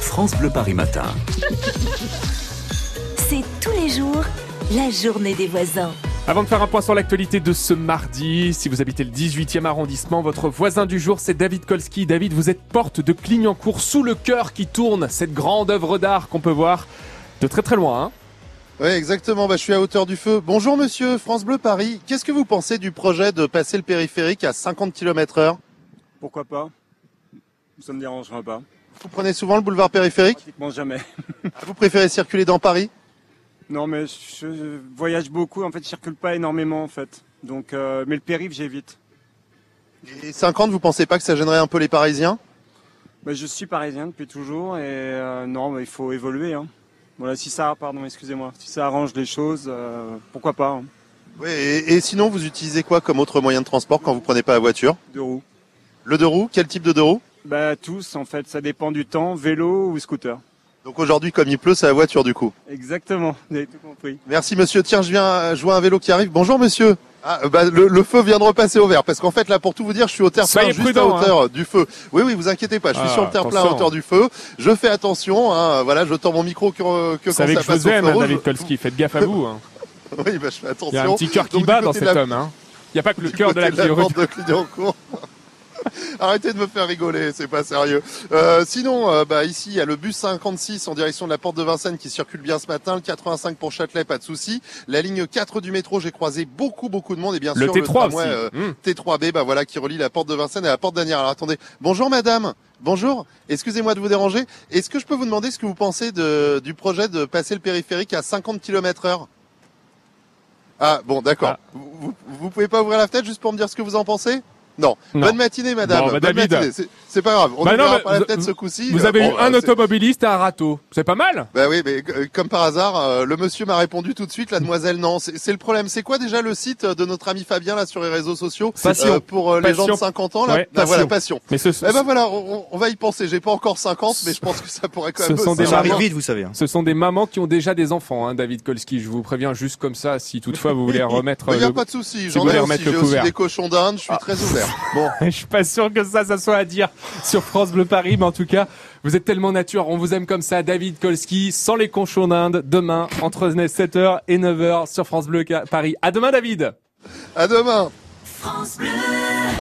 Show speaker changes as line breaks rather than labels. France Bleu Paris Matin.
C'est tous les jours la journée des voisins.
Avant de faire un point sur l'actualité de ce mardi, si vous habitez le 18e arrondissement, votre voisin du jour c'est David Kolski. David, vous êtes porte de Clignancourt sous le cœur qui tourne, cette grande œuvre d'art qu'on peut voir de très très loin. hein.
Oui, exactement. Bah, je suis à hauteur du feu. Bonjour, monsieur. France Bleu Paris. Qu'est-ce que vous pensez du projet de passer le périphérique à 50 km heure
Pourquoi pas Ça ne me dérangera pas.
Vous prenez souvent le boulevard périphérique
Pratiquement jamais.
Vous préférez circuler dans Paris
Non, mais je voyage beaucoup. En fait, je circule pas énormément, en fait. Donc, euh, mais le périph, j'évite.
Et 50, vous pensez pas que ça gênerait un peu les Parisiens
Mais Bah, je suis parisien depuis toujours et euh, non, mais il faut évoluer. hein. Voilà, si ça, pardon, excusez-moi, si ça arrange les choses, euh, pourquoi pas hein.
Oui, et, et sinon, vous utilisez quoi comme autre moyen de transport quand vous prenez pas la voiture
Deux roues.
Le deux roues Quel type de deux roues
Bah tous, en fait, ça dépend du temps, vélo ou scooter.
Donc aujourd'hui, comme il pleut, c'est la voiture du coup.
Exactement, vous avez tout compris.
Merci, monsieur. Tiens, je viens, euh, je vois un vélo qui arrive. Bonjour, monsieur. Ah, euh, bah, le, le feu vient de repasser au vert parce qu'en fait là pour tout vous dire je suis au terre-plein
Soyez
juste
prudent,
à hauteur du feu. Oui oui vous inquiétez pas je suis
Ah,
sur le terre-plein à
attention.
hauteur du feu. Je fais attention hein, voilà je tends mon micro que, que
Vous savez
quand
que
ça
je
passe
vous
au
aime,
feu
hein,
rouge.
David Kolski, faites gaffe à vous. hein.
Oui bah je fais attention.
Il y a un petit cœur qui
Donc, du
bat
côté
dans
de
cet
la-
homme. hein. Il n'y a pas que le
du
cœur de
côté
la vie.
porte de Clignancourt. Arrêtez de me faire rigoler, c'est pas sérieux. Euh, sinon, euh, bah, ici, il y a le bus 56 en direction de la porte de Vincennes qui circule bien ce matin. Le 85 pour Châtelet, pas de souci. La ligne 4 du métro, j'ai croisé beaucoup, beaucoup de monde. Et bien
Le
sûr,
T3 aussi.
tramway, euh,
Hum.
T3B, bah voilà, qui relie la porte de Vincennes à la porte d'Anières. Alors attendez, bonjour madame, bonjour, excusez-moi de vous déranger. Est-ce que je peux vous demander ce que vous pensez de, du projet de passer le périphérique à 50 km heure Ah bon, d'accord.
Ah.
Vous, vous- vous pouvez pas ouvrir la fenêtre juste pour me dire ce que vous en pensez non.
Non.
Bonne matinée madame,
Bon, bah,
bonne
David.
matinée, c'est- c'est pas grave, on
Bah non,
n'ouvrira
mais
pas la
vous-
tête ce coup-ci.
Vous
Euh,
avez
bon,
eu
bah,
un
c'est-
automobiliste à un râteau. C'est pas mal
Bah oui, mais euh, comme par hasard, euh, le monsieur m'a répondu tout de suite, la demoiselle non. C'est c'est le problème. C'est quoi déjà le site euh, de notre ami Fabien là sur les réseaux sociaux
Passion.
pour euh, les gens
Passion.
de 50 ans là
Ouais,
Bah, Voilà,
passion.
passion.
Mais ce,
Eh ben voilà, on, on va y penser. J'ai pas encore 50, mais je pense que ça pourrait quand
Ce
même.
sont des
ça
mamans.
J'arrive
va.
vite, vous savez. hein.
ce sont des mamans qui ont déjà des enfants, hein, David Kolski. Je vous préviens juste comme ça, si toutefois vous voulez remettre.
Mais y
euh,
a
le-
pas de souci.
vous
J'en
voulez
ai aussi.
remettre le
J'ai aussi
couvert. Ah.
des cochons d'Inde. Je suis très ouvert. Bon.
Je suis pas sûr que ça, ça soit à dire sur France Bleu Paris, mais en tout cas, vous êtes tellement nature, on vous aime comme ça, David Kolski, sans les conchons d'Inde, demain, entre 7h et 9h sur France Bleu Ca- Paris. À demain, David!
À demain.
France Bleu.